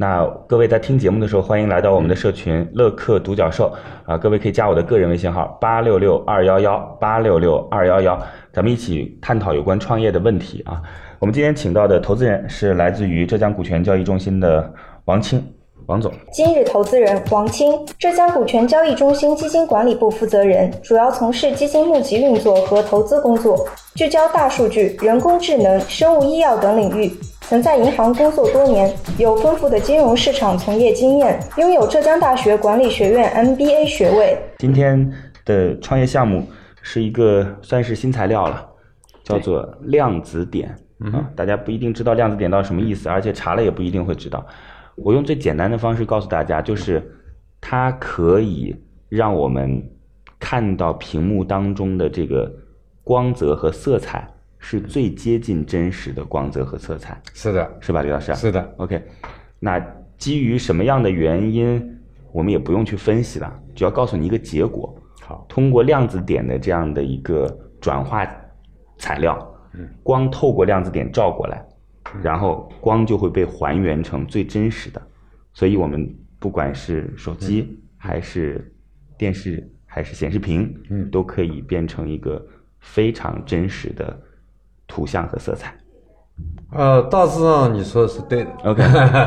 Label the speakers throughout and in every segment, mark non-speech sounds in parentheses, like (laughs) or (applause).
Speaker 1: 那各位在听节目的时候，欢迎来到我们的社群乐客独角兽啊！各位可以加我的个人微信号八六六二幺幺八六六二幺幺，咱们一起探讨有关创业的问题啊。我们今天请到的投资人是来自于浙江股权交易中心的王清王总。
Speaker 2: 今日投资人王清，浙江股权交易中心基金管理部负责人，主要从事基金募集运作和投资工作，聚焦大数据、人工智能、生物医药等领域。曾在银行工作多年，有丰富的金融市场从业经验，拥有浙江大学管理学院 MBA 学位。
Speaker 1: 今天的创业项目是一个算是新材料了，叫做量子点啊，大家不一定知道量子点到底什么意思，而且查了也不一定会知道。我用最简单的方式告诉大家，就是它可以让我们看到屏幕当中的这个光泽和色彩是最接近真实的光泽和色彩，
Speaker 3: 是的，
Speaker 1: 是吧，李老师？啊
Speaker 3: 是的，
Speaker 1: OK，那基于什么样的原因，我们也不用去分析了，只要告诉你一个结果。
Speaker 3: 好，
Speaker 1: 通过量子点的这样的一个转化材料，
Speaker 3: 嗯
Speaker 1: 光透过量子点照过来，然后光就会被还原成最真实的。所以我们不管是手机还是电视还是显示屏，
Speaker 3: 嗯
Speaker 1: 都可以变成一个非常真实的图像和色彩。
Speaker 3: 呃，大致上你说的是对的。
Speaker 1: OK
Speaker 3: (laughs)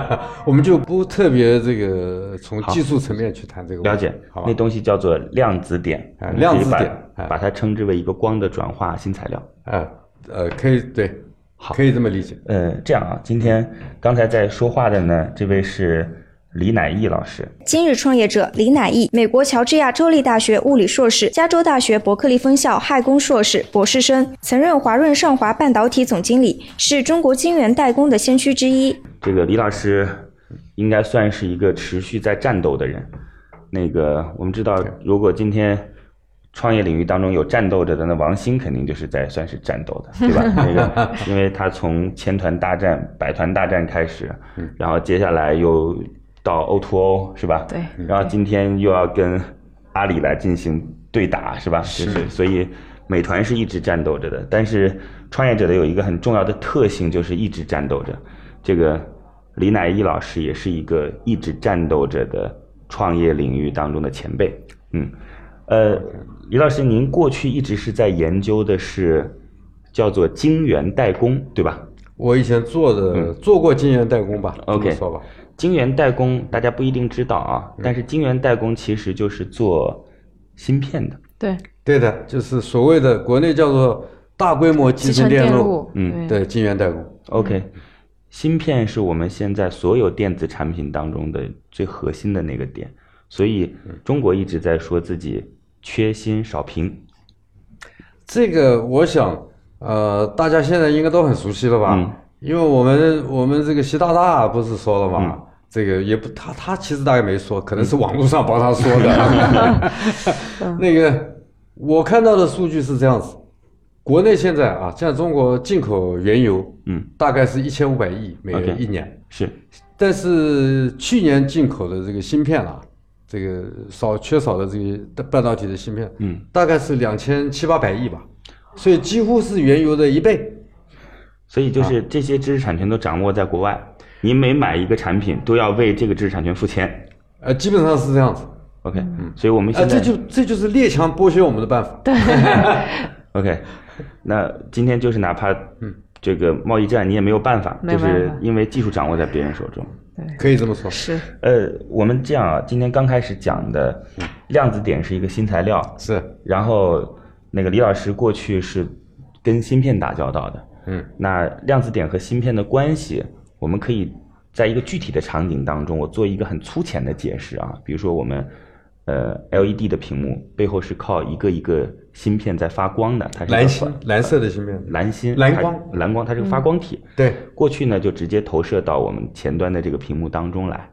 Speaker 3: 我们就不特别这个从
Speaker 1: 好
Speaker 3: 技术层面去谈这个
Speaker 1: 了
Speaker 3: 问题，
Speaker 1: 解，
Speaker 3: 好吧？
Speaker 1: 那东西叫做量子点，
Speaker 3: 哎
Speaker 1: 我们
Speaker 3: 量
Speaker 1: 可以
Speaker 3: 子
Speaker 1: 把
Speaker 3: 点哎
Speaker 1: 把它称之为一个光的转化新材料。
Speaker 3: 呃呃，可以对，
Speaker 1: 好
Speaker 3: 可以这么理解。
Speaker 1: 呃，这样啊，今天刚才在说话的呢，这位是李乃义老师，
Speaker 2: 今日创业者李乃义，美国乔治亚州立大学物理硕士，加州大学伯克利分校氦工硕士博士生，曾任华润上华半导体总经理，是中国晶圆代工的先驱之一。
Speaker 1: 这个李老师应该算是一个持续在战斗的人。那个我们知道，如果今天创业领域当中有战斗者的，那王兴肯定就是在算是战斗的，
Speaker 3: (laughs)
Speaker 1: 对吧？那个，因为他从千团大战、百团大战开
Speaker 3: (laughs)
Speaker 1: 始，然后接下来又到 O to O 是吧？
Speaker 4: 对。
Speaker 1: 然后今天又要跟阿里来进行对打，是吧？就是所以美团是一直战斗着的，但是创业者的有一个很重要的特性就是一直战斗着。这个李乃义老师也是一个一直战斗着的创业领域当中的前辈。嗯，呃，李老师，您过去一直是在研究的是叫做晶圆代工，对吧？
Speaker 3: 我以前做的做过晶圆代工吧这么
Speaker 1: 嗯 OK
Speaker 3: 说吧，
Speaker 1: 晶圆代工大家不一定知道啊，但是晶圆代工其实就是做芯片的。
Speaker 4: 对，
Speaker 3: 对的，就是所谓的国内叫做大规模集
Speaker 4: 集
Speaker 3: 成
Speaker 4: 成
Speaker 3: 电
Speaker 4: 电
Speaker 3: 路
Speaker 4: 路，，
Speaker 1: 嗯
Speaker 4: 对，
Speaker 3: 对晶圆代工，
Speaker 1: OK，芯片是我们现在所有电子产品当中的最核心的那个点，所以中国一直在说自己缺芯少屏。
Speaker 3: 这个我想，呃，大家现在应该都很熟悉了吧？
Speaker 1: 嗯
Speaker 3: 因为我们我们这个习大大不是说了嘛，
Speaker 1: 嗯
Speaker 3: 这个也不他他其实大概没说，可能是网络上帮他说的。
Speaker 1: (laughs)
Speaker 3: (laughs) 那个我看到的数据是这样子，国内现在啊，像中国进口原油，
Speaker 1: 嗯，
Speaker 3: 大概是一千五百亿美
Speaker 1: OK
Speaker 3: 元一年。
Speaker 1: 是，
Speaker 3: 但是去年进口的这个芯片啊，这个少缺少的这个半导体的芯片，
Speaker 1: 嗯，
Speaker 3: 大概是两千七八百亿吧，所以几乎是原油的一倍。
Speaker 1: 所以就是这些知识产权都掌握在国外，你每买一个产品都要为这个知识产权付钱。
Speaker 3: 呃，基本上是这样子，
Speaker 1: OK，所以我们
Speaker 3: 呃，
Speaker 1: 现在
Speaker 3: 这就这就是列强剥削我们的办法。
Speaker 1: OK，那今天就是哪怕
Speaker 3: 嗯
Speaker 1: 这个贸易战你也没有办法，
Speaker 4: 没
Speaker 1: 就
Speaker 4: 有办
Speaker 1: 是
Speaker 4: 法
Speaker 1: 因为技术掌握在别人手中。
Speaker 3: 可以这么说，
Speaker 4: 是
Speaker 1: 呃，我们这样啊，今天刚开始讲的量子点是一个新材料，
Speaker 3: 是，
Speaker 1: 然后那个李老师过去是跟芯片打交道的，
Speaker 3: 嗯，
Speaker 1: 那量子点和芯片的关系，我们可以在一个具体的场景当中，我做一个很粗浅的解释啊，比如说我们。呃，LED 的屏幕背后是靠一个一个芯片在发光的，它是一个
Speaker 3: 蓝
Speaker 1: 发
Speaker 3: 芯，蓝色的芯片，
Speaker 1: 蓝芯、
Speaker 3: 蓝
Speaker 1: 它
Speaker 3: 光
Speaker 1: 蓝光它
Speaker 4: 嗯
Speaker 1: 是个发光体。
Speaker 3: 对，
Speaker 1: 过去呢，就直接投射到我们前端的这个屏幕当中来。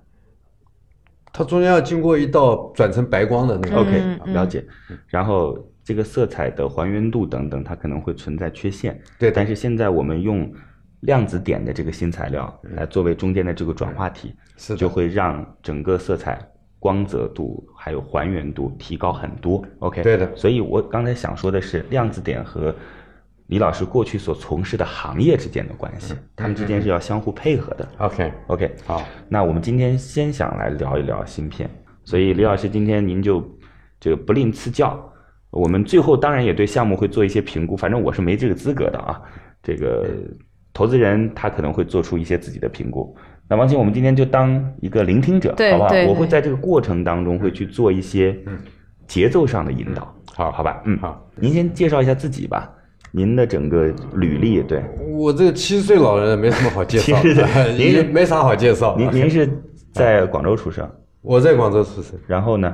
Speaker 3: 它中间要经过一道转成白光的那个。
Speaker 1: OK，、
Speaker 4: 嗯嗯
Speaker 1: 了解。然后这个色彩的还原度等等，它可能会存在缺陷。
Speaker 3: 对的
Speaker 1: 但是现在我们用量子点的这个新材料来作为中间的这个转化体，
Speaker 3: 是的
Speaker 1: 就会让整个色彩。光泽度还有还原度提高很多，OK，
Speaker 3: 对的
Speaker 1: 所以我刚才想说的是，量子点和李老师过去所从事的行业之间的关
Speaker 3: 嗯
Speaker 1: 系，他们之间是要相互配合的。
Speaker 3: OK，
Speaker 1: OK，
Speaker 3: 好，
Speaker 1: 那我们今天先想来聊一聊芯片，所以李老师今天您就这个不吝赐教，我们最后当然也对项目会做一些评估，反正我是没这个资格的啊，这个投资人他可能会做出一些自己的评估。那王鑫，我们今天就当一个聆听者，
Speaker 4: 对
Speaker 1: 好不好
Speaker 4: 对？
Speaker 1: 我会
Speaker 4: 对
Speaker 1: 在这个过程当中会去做一些节奏上的引导，
Speaker 3: 嗯好
Speaker 1: 好吧？嗯，
Speaker 3: 好，
Speaker 1: 您先介绍一下自己吧，您的整个履历，对，
Speaker 3: 我这个七十岁老人没什么好介
Speaker 1: (laughs)
Speaker 3: 绍
Speaker 1: 70
Speaker 3: 的，
Speaker 1: 岁您
Speaker 3: (laughs) 也没啥好介绍。
Speaker 1: 您您是在广州出生，
Speaker 3: 我在广州出生，
Speaker 1: 然后呢？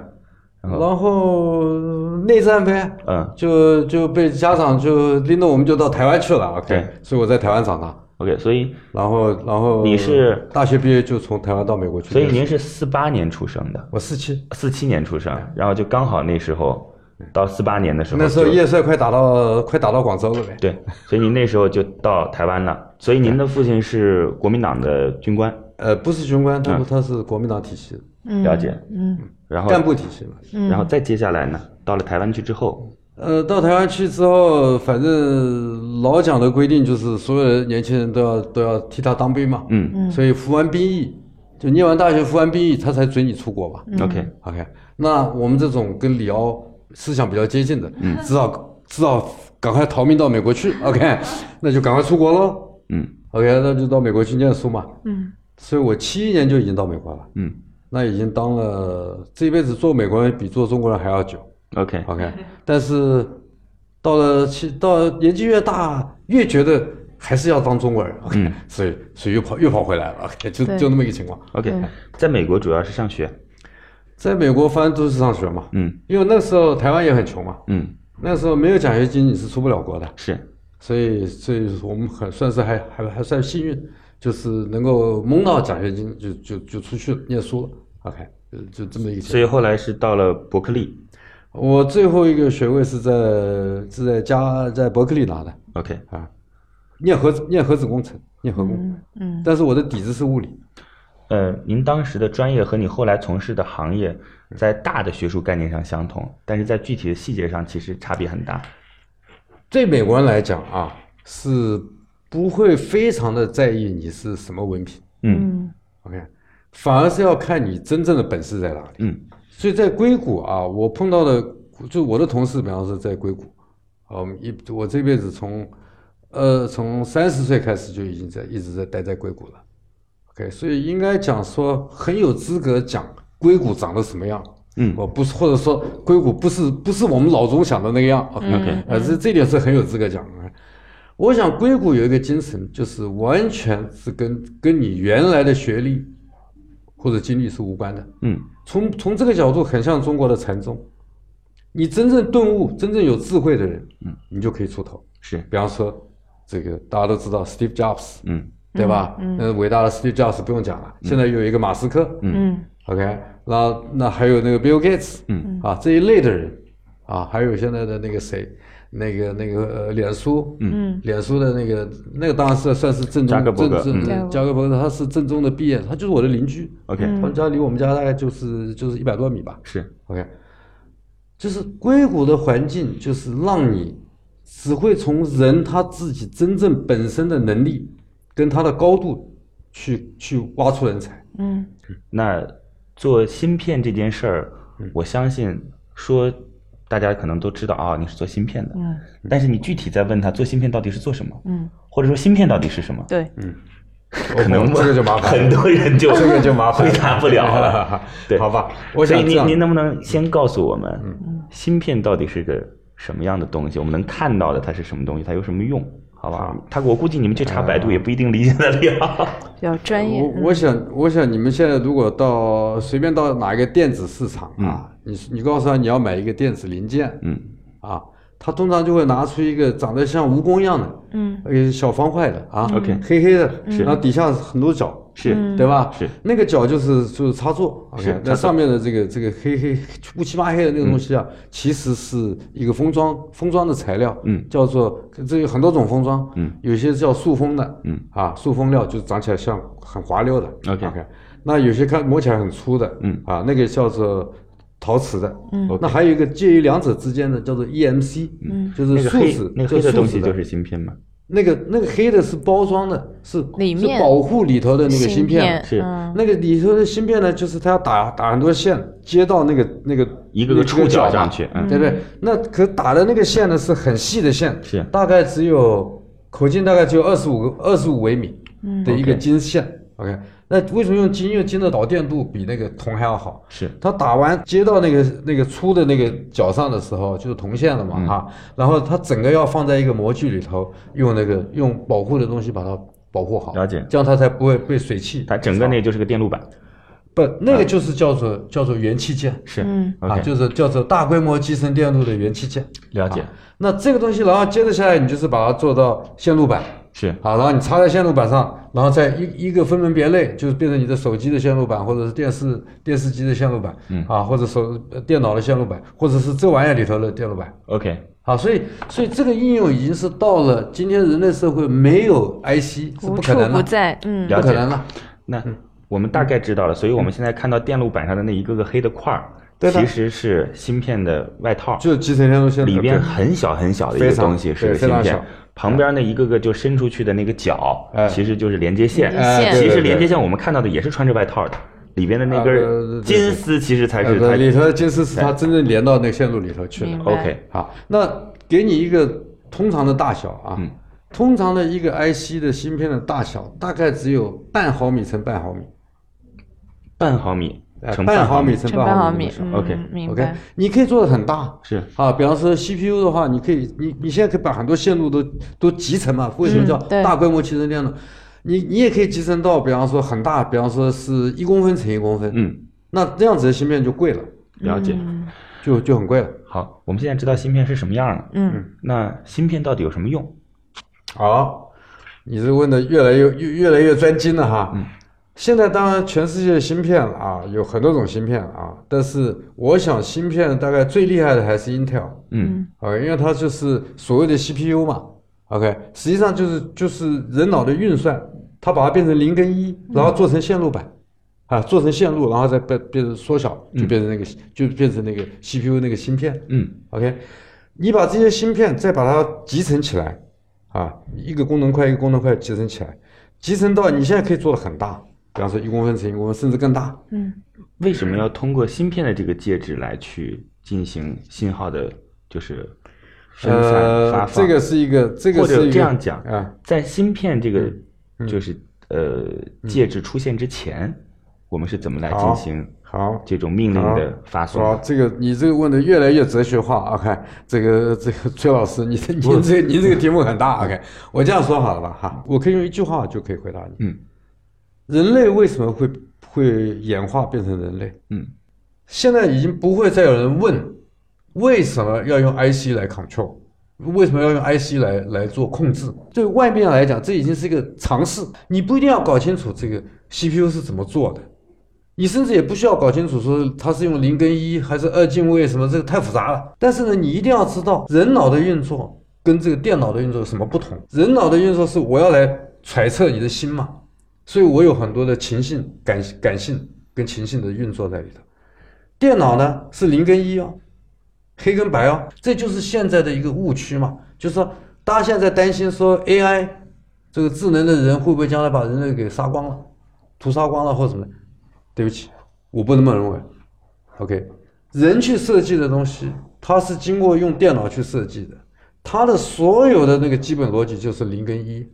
Speaker 1: 然后
Speaker 3: 然后呃内战呗，
Speaker 1: 嗯
Speaker 3: 就就被家长就拎着我们就到台湾去了。OK，
Speaker 1: 对
Speaker 3: 所以我在台湾长大，
Speaker 1: ，OK，所以
Speaker 3: 然后然后
Speaker 1: 你是
Speaker 3: 大学毕业就从台湾到美国去
Speaker 1: 所
Speaker 3: 念
Speaker 1: 以
Speaker 3: 书，
Speaker 1: 您是四八年出生的，
Speaker 3: 我四七，
Speaker 1: 四七年出生，然后就刚好那时候到四八年的时候就，嗯
Speaker 3: 那时候叶帅快打到快打到广州了呗。
Speaker 1: 对，所以您那时候就到台湾了。所以您的父亲是国民党的军官，
Speaker 3: 呃，不是军官，他
Speaker 1: 嗯
Speaker 3: 他是国民党体系的
Speaker 1: 了解，
Speaker 4: 嗯
Speaker 1: 然后
Speaker 3: 干部体系嘛。
Speaker 4: 嗯，
Speaker 1: 然后再接下来呢，到了台湾去之后，
Speaker 3: 呃，到台湾去之后，反正老蒋的规定就是所有的年轻人都要都要替他当兵嘛。
Speaker 1: 嗯
Speaker 3: 所以服完兵役，就念完大学服完兵役，他才准你出国嘛。
Speaker 4: 嗯
Speaker 1: ，OK，
Speaker 3: OK，那我们这种跟李敖思想比较接近的，嗯，知道知道赶快逃命到美国去。OK，那就赶快出国喽。
Speaker 1: 嗯
Speaker 3: OK，那就到美国去念书嘛。
Speaker 4: 嗯
Speaker 3: 所以我七一年就已经到美国了，
Speaker 1: 嗯
Speaker 3: 那已经当了这一辈子做美国人比做中国人还要久。
Speaker 1: ，OK，
Speaker 4: (laughs)
Speaker 3: OK，但是到了其到年纪越大，越觉得还是要当中国人。OK，、
Speaker 1: 嗯
Speaker 3: 所以所以又跑又跑回来了。OK，就
Speaker 4: 对
Speaker 3: 就那么一个情况。
Speaker 1: ，OK，
Speaker 4: 对
Speaker 1: 在美国主要是上学，
Speaker 3: 在美国，反正都是上学嘛，
Speaker 1: 嗯
Speaker 3: 因为那时候台湾也很穷嘛，
Speaker 1: 嗯，
Speaker 3: 那时候没有奖学金你是出不了国的，
Speaker 1: 是，
Speaker 3: 所以所以我们很算是还还还算幸运，就是能够蒙到奖学金就就就出去念书了。OK，就就这么一个情况。
Speaker 1: 所以后来是到了伯克利
Speaker 3: 我最后一个学位是在是在加在伯克利拿的。
Speaker 1: ，OK，
Speaker 3: 啊，念核子念核子工程，念核工，
Speaker 4: 嗯
Speaker 3: 但是我的底子是物理，
Speaker 1: 呃，您当时的专业和你后来从事的行业，在大的学术概念上相同，但是在具体的细节上其实差别很大。
Speaker 3: 对美国人来讲啊，是不会非常的在意你是什么文凭
Speaker 1: 嗯
Speaker 4: 嗯
Speaker 3: ，OK，反而是要看你真正的本事在哪里。
Speaker 1: 嗯
Speaker 3: 所以在硅谷啊，我碰到的就我的同事，比方说在硅谷，啊，我们一我这辈子从呃从三十岁开始就已经在一直在待在硅谷了，OK，所以应该讲说很有资格讲硅谷长得什么样。
Speaker 1: 嗯
Speaker 3: 我不是，或者说硅谷不是不是我们老总想的那个样，OK，
Speaker 1: 嗯
Speaker 3: 呃，这这点是很有资格讲的。我想硅谷有一个精神，就是完全是跟跟你原来的学历或者经历是无关的。
Speaker 1: 嗯
Speaker 3: 从从这个角度，很像中国的禅宗。你真正顿悟、真正有智慧的人，嗯，你就可以出头。
Speaker 1: 是
Speaker 3: 比方说，这个大家都知道 Steve Jobs，
Speaker 1: 嗯
Speaker 3: 对吧？嗯，伟大的 Steve Jobs 不用讲了。现在又有一个马斯克，嗯
Speaker 4: 嗯
Speaker 3: OK，那那还有那个 Bill Gates，
Speaker 1: 嗯
Speaker 3: 啊这一类的人，啊，还有现在的那个谁，那个那个呃脸书，嗯，脸书的那个那个当然是算是正宗
Speaker 1: 扎克伯格
Speaker 3: 正
Speaker 4: 嗯
Speaker 3: 正加格伯格他是正宗的毕业，他就是我的邻居，
Speaker 1: OK
Speaker 3: 他们家离我们家大概就是就是一百多米吧
Speaker 1: 是
Speaker 3: ，OK，就是硅谷的环境就是让你只会从人他自己真正本身的能力跟他的高度去去挖出人才。
Speaker 4: 嗯
Speaker 1: 那做芯片这件事儿，我相信说大家可能都知道啊，你是做芯片的，
Speaker 4: 嗯
Speaker 1: 但是你具体再问他做芯片到底是做什么，
Speaker 4: 嗯，
Speaker 1: 或者说芯片到底是什么，
Speaker 4: 对，
Speaker 1: 可能
Speaker 3: 这个就麻烦了 (laughs)
Speaker 1: 很多人 (laughs) 就
Speaker 3: 这个就麻烦
Speaker 1: 回
Speaker 3: 了。
Speaker 1: 答不了了对，
Speaker 3: 好吧我想嗯
Speaker 1: 所以
Speaker 3: 这样
Speaker 1: 您您能不能先告诉我们，芯片到底是个什么样的东西？我们能看到的它是什么东西？它有什么用？好吧，它我估计你们去查百
Speaker 3: 啊
Speaker 1: 度也不一定理解得了。
Speaker 3: (laughs)
Speaker 4: 比较专业，嗯
Speaker 3: 我我想，我想你们现在如果到随便到哪一个电子市场啊，你你告诉他你要买一个电子零件，
Speaker 1: 嗯，
Speaker 3: 啊，他通常就会拿出一个长得像蜈蚣一样的，
Speaker 4: 嗯
Speaker 3: 呃，小方块的啊
Speaker 1: OK
Speaker 3: 黑黑的，然后底下很多角，
Speaker 1: 是
Speaker 3: 对吧？
Speaker 1: 是
Speaker 3: 那个角就是就是插座，OK，
Speaker 1: 是插
Speaker 3: 那
Speaker 1: 座
Speaker 3: 上面的这个这个黑黑乌漆嘛黑的那个东西啊，其实是一个封装封装的材料，
Speaker 1: 嗯
Speaker 3: 叫做这有很多种封装，
Speaker 1: 嗯，
Speaker 3: 有些叫塑封的，
Speaker 1: 嗯
Speaker 3: 啊，塑封料就长起来像很滑溜的
Speaker 1: OK
Speaker 3: 那有些看摸起来很粗的，
Speaker 1: 嗯
Speaker 3: 啊，那个叫做。陶瓷的，
Speaker 1: 嗯 OK
Speaker 3: 那还有一个介于两者之间的叫做 EMC，嗯，就是
Speaker 1: 那个
Speaker 3: 树
Speaker 1: 黑
Speaker 3: 脂，
Speaker 1: 那个
Speaker 3: 就
Speaker 1: 黑的
Speaker 3: 树
Speaker 1: 东
Speaker 3: 脂
Speaker 1: 西
Speaker 3: 的
Speaker 1: 就是芯片嘛，
Speaker 3: 那个那个黑的是包装的，是
Speaker 4: 里面
Speaker 3: 是保护里头的那个芯片，
Speaker 1: 是
Speaker 4: 嗯
Speaker 3: 那个里头的芯片呢，就是它要打打很多线，接到那个那个
Speaker 1: 一个个触角
Speaker 3: 角
Speaker 1: 上
Speaker 3: 嘛
Speaker 1: 去嗯
Speaker 3: 对不对？那可打的那个线呢是很细的线，
Speaker 1: 是
Speaker 3: 大概只有口径大概只有二十五个二十五微米的一个
Speaker 1: OK
Speaker 3: 金线。OK，那为什么用金？因为金的导电度比那个铜还要好。
Speaker 1: 是
Speaker 3: 它打完接到那个那个粗的那个角上的时候，就是铜线了
Speaker 1: 嗯
Speaker 3: 嘛哈、然后它整个要放在一个模具里头，用那个用保护的东西把它保护好，
Speaker 1: 了解
Speaker 3: 这样它才不会被水汽
Speaker 1: 它整个那就是个电路板，
Speaker 3: 不那个就是叫做叫做元器件。
Speaker 1: 是
Speaker 4: 嗯
Speaker 1: 啊 OK，
Speaker 3: 啊，就是叫做大规模集成电路的元器件。
Speaker 1: 了解
Speaker 3: 啊那这个东西，然后接着下来，你就是把它做到线路板，
Speaker 1: 是
Speaker 3: 好，然后你插在线路板上，然后再一一个分门别类，就是变成你的手机的线路板，或者是电视电视机的线路板，嗯啊，或者手呃电脑的线路板，或者是这玩意儿里头的电路板。
Speaker 1: OK
Speaker 3: 好，所以所以这个应用已经是到了今天人类社会没有 IC 是
Speaker 4: 无
Speaker 3: 不
Speaker 4: 处
Speaker 3: 可能
Speaker 4: 不
Speaker 3: 的，
Speaker 4: 在，嗯，
Speaker 1: 了
Speaker 3: 不
Speaker 1: 解
Speaker 3: 可能了。
Speaker 1: 那
Speaker 3: 嗯
Speaker 1: 我们大概知道了，所以我们现在看到电路板上的那一个个黑的块儿，
Speaker 3: 对的
Speaker 1: 其实是芯片的外套，
Speaker 3: 就集成电路线
Speaker 1: 里边
Speaker 3: 对
Speaker 1: 很小很小的一个
Speaker 3: 非常
Speaker 1: 东西是个
Speaker 3: 对
Speaker 1: 芯
Speaker 3: 非常
Speaker 1: 片
Speaker 3: 小，
Speaker 1: 旁边那一个个就伸出去的那个角
Speaker 3: 哎，
Speaker 1: 其实就是连接线
Speaker 4: 连接哎线。
Speaker 3: 对
Speaker 1: 其
Speaker 3: 对对
Speaker 1: 实连接线我们看到的也是穿着外套的，里边的那
Speaker 3: 啊对对对
Speaker 1: 根金丝其实才是
Speaker 3: 呃里
Speaker 1: 它。
Speaker 3: 头的金丝是它真正连到那个线路里头去的
Speaker 4: 明。白
Speaker 1: OK，
Speaker 3: 好，那给你一个通常的大小啊，
Speaker 1: 嗯
Speaker 3: 通常的一个 IC 的芯片的大小大概只有半毫米乘半毫米，
Speaker 1: 半毫米
Speaker 3: 呃
Speaker 1: 乘
Speaker 3: 半
Speaker 1: 毫
Speaker 3: 米乘
Speaker 4: 乘半
Speaker 3: 毫
Speaker 4: 毫
Speaker 3: 米
Speaker 4: 米
Speaker 3: 的大小。
Speaker 4: 嗯
Speaker 1: OK，
Speaker 4: 明
Speaker 3: OK，
Speaker 4: 白，
Speaker 3: 你可以做的很大，
Speaker 1: 是
Speaker 3: 啊，比方说 CPU 的话，你可以，你你现在可以把很多线路都都集成嘛，为什么叫
Speaker 4: 嗯对
Speaker 3: 大规模集成电路？你你也可以集成到，比方说很大，比方说是一公分乘一公分，，
Speaker 1: 嗯，
Speaker 3: 那这样子的芯片就贵了，
Speaker 1: 了解。
Speaker 4: 嗯
Speaker 3: 就就很贵了。
Speaker 1: 好，我们现在知道芯片是什么样了。
Speaker 4: 嗯，
Speaker 1: 那芯片到底有什么用？
Speaker 3: 好，你这问的越来越越越来越专精了哈。
Speaker 1: 嗯
Speaker 3: 现在当然全世界芯片啊有很多种芯片啊，但是我想芯片大概最厉害的还是 Intel
Speaker 1: 嗯
Speaker 3: 啊，因为它就是所谓的 CPU 嘛。OK，实际上就是就是人脑的运算，它把它变成零跟一，然后做成线路板。啊，做成线路，然后再变变成缩小，就变成那个、就变成那个 CPU 那个芯片。
Speaker 1: 嗯
Speaker 3: OK，你把这些芯片再把它集成起来，啊，一个功能块一个功能块集成起来，集成到你现在可以做的很大，比方说一公分乘一公分，甚至更大。
Speaker 4: 嗯
Speaker 1: 为什么要通过芯片的这个介质来去进行信号的，就是分散、发
Speaker 3: 呃，
Speaker 1: 放？
Speaker 3: 这个是一个，这个
Speaker 1: 或
Speaker 3: 是一
Speaker 1: 者
Speaker 3: 个
Speaker 1: 这样讲
Speaker 3: 啊，
Speaker 1: 在芯片这个
Speaker 3: 嗯
Speaker 1: 就是呃介质出现之前，我们是怎么来进行
Speaker 3: 好。
Speaker 1: 这种命令的发送
Speaker 3: 好，
Speaker 1: 的？
Speaker 3: 这个你这个问的越来越哲学化啊！看这个这个崔老师，你这您这您这个题目很大啊！看我这样说好了吧哈，我可以用一句话就可以回答你。
Speaker 1: 嗯
Speaker 3: 人类为什么会会演化变成人类？
Speaker 1: 嗯，
Speaker 3: 现在已经不会再有人问为什么要用 IC 来 control，为什么要用 IC 来来做控制。对外面来讲，这已经是一个尝试，你不一定要搞清楚这个 CPU 是怎么做的，你甚至也不需要搞清楚说它是用零跟一还是二进位什么，这个太复杂了。但是呢，你一定要知道人脑的运作跟这个电脑的运作有什么不同。人脑的运作是我要来揣测你的心嘛，所以我有很多的情性、感感性跟情性的运作在里头。电脑呢是零跟一哦，黑跟白哦，这就是现在的一个误区嘛，就是说大家现在担心说 AI 这个智能的人会不会将来把人类给杀光了、屠杀光了或什么的？对不起，我不那么认为。OK，人去设计的东西，它是经过用电脑去设计的，它的所有的那个基本逻辑就是零跟一。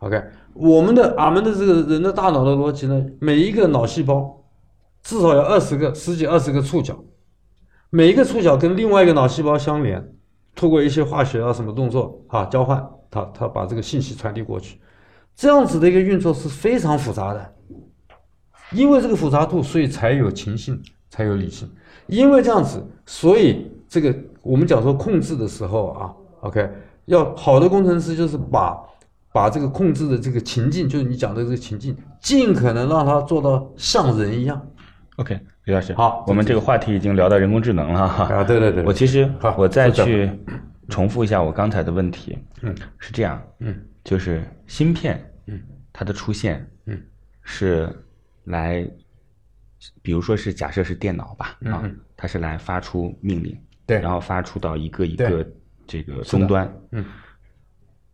Speaker 3: OK，我们的俺们的这个人的大脑的逻辑呢，每一个脑细胞至少有二十个、十几、二十个触角，每一个触角跟另外一个脑细胞相连，透过一些化学啊什么动作啊交换，它它把这个信息传递过去，这样子的一个运作是非常复杂的。因为这个复杂度，所以才有情性，才有理性。因为这样子，所以这个我们讲说控制的时候啊，OK，要好的工程师就是把把这个控制的这个情境，就是你讲的这个情境，尽可能让它做到像人一样
Speaker 1: OK，李老师，
Speaker 3: 好
Speaker 1: 我们这个话题已经聊到人工智能了哈。
Speaker 3: 啊！对对对，
Speaker 1: 我其实
Speaker 3: 好
Speaker 1: 我再
Speaker 3: 就这
Speaker 1: 去重复一下我刚才的问题，
Speaker 3: 嗯，
Speaker 1: 是这样，
Speaker 3: 嗯，
Speaker 1: 就是芯片，
Speaker 3: 嗯，
Speaker 1: 它的出现，
Speaker 3: 嗯，
Speaker 1: 是来，比如说是假设是电脑吧，啊
Speaker 3: 嗯，
Speaker 1: 它是来发出命令，
Speaker 3: 对
Speaker 1: 然后发出到一个一
Speaker 3: 对
Speaker 1: 个这个终端，
Speaker 3: 嗯，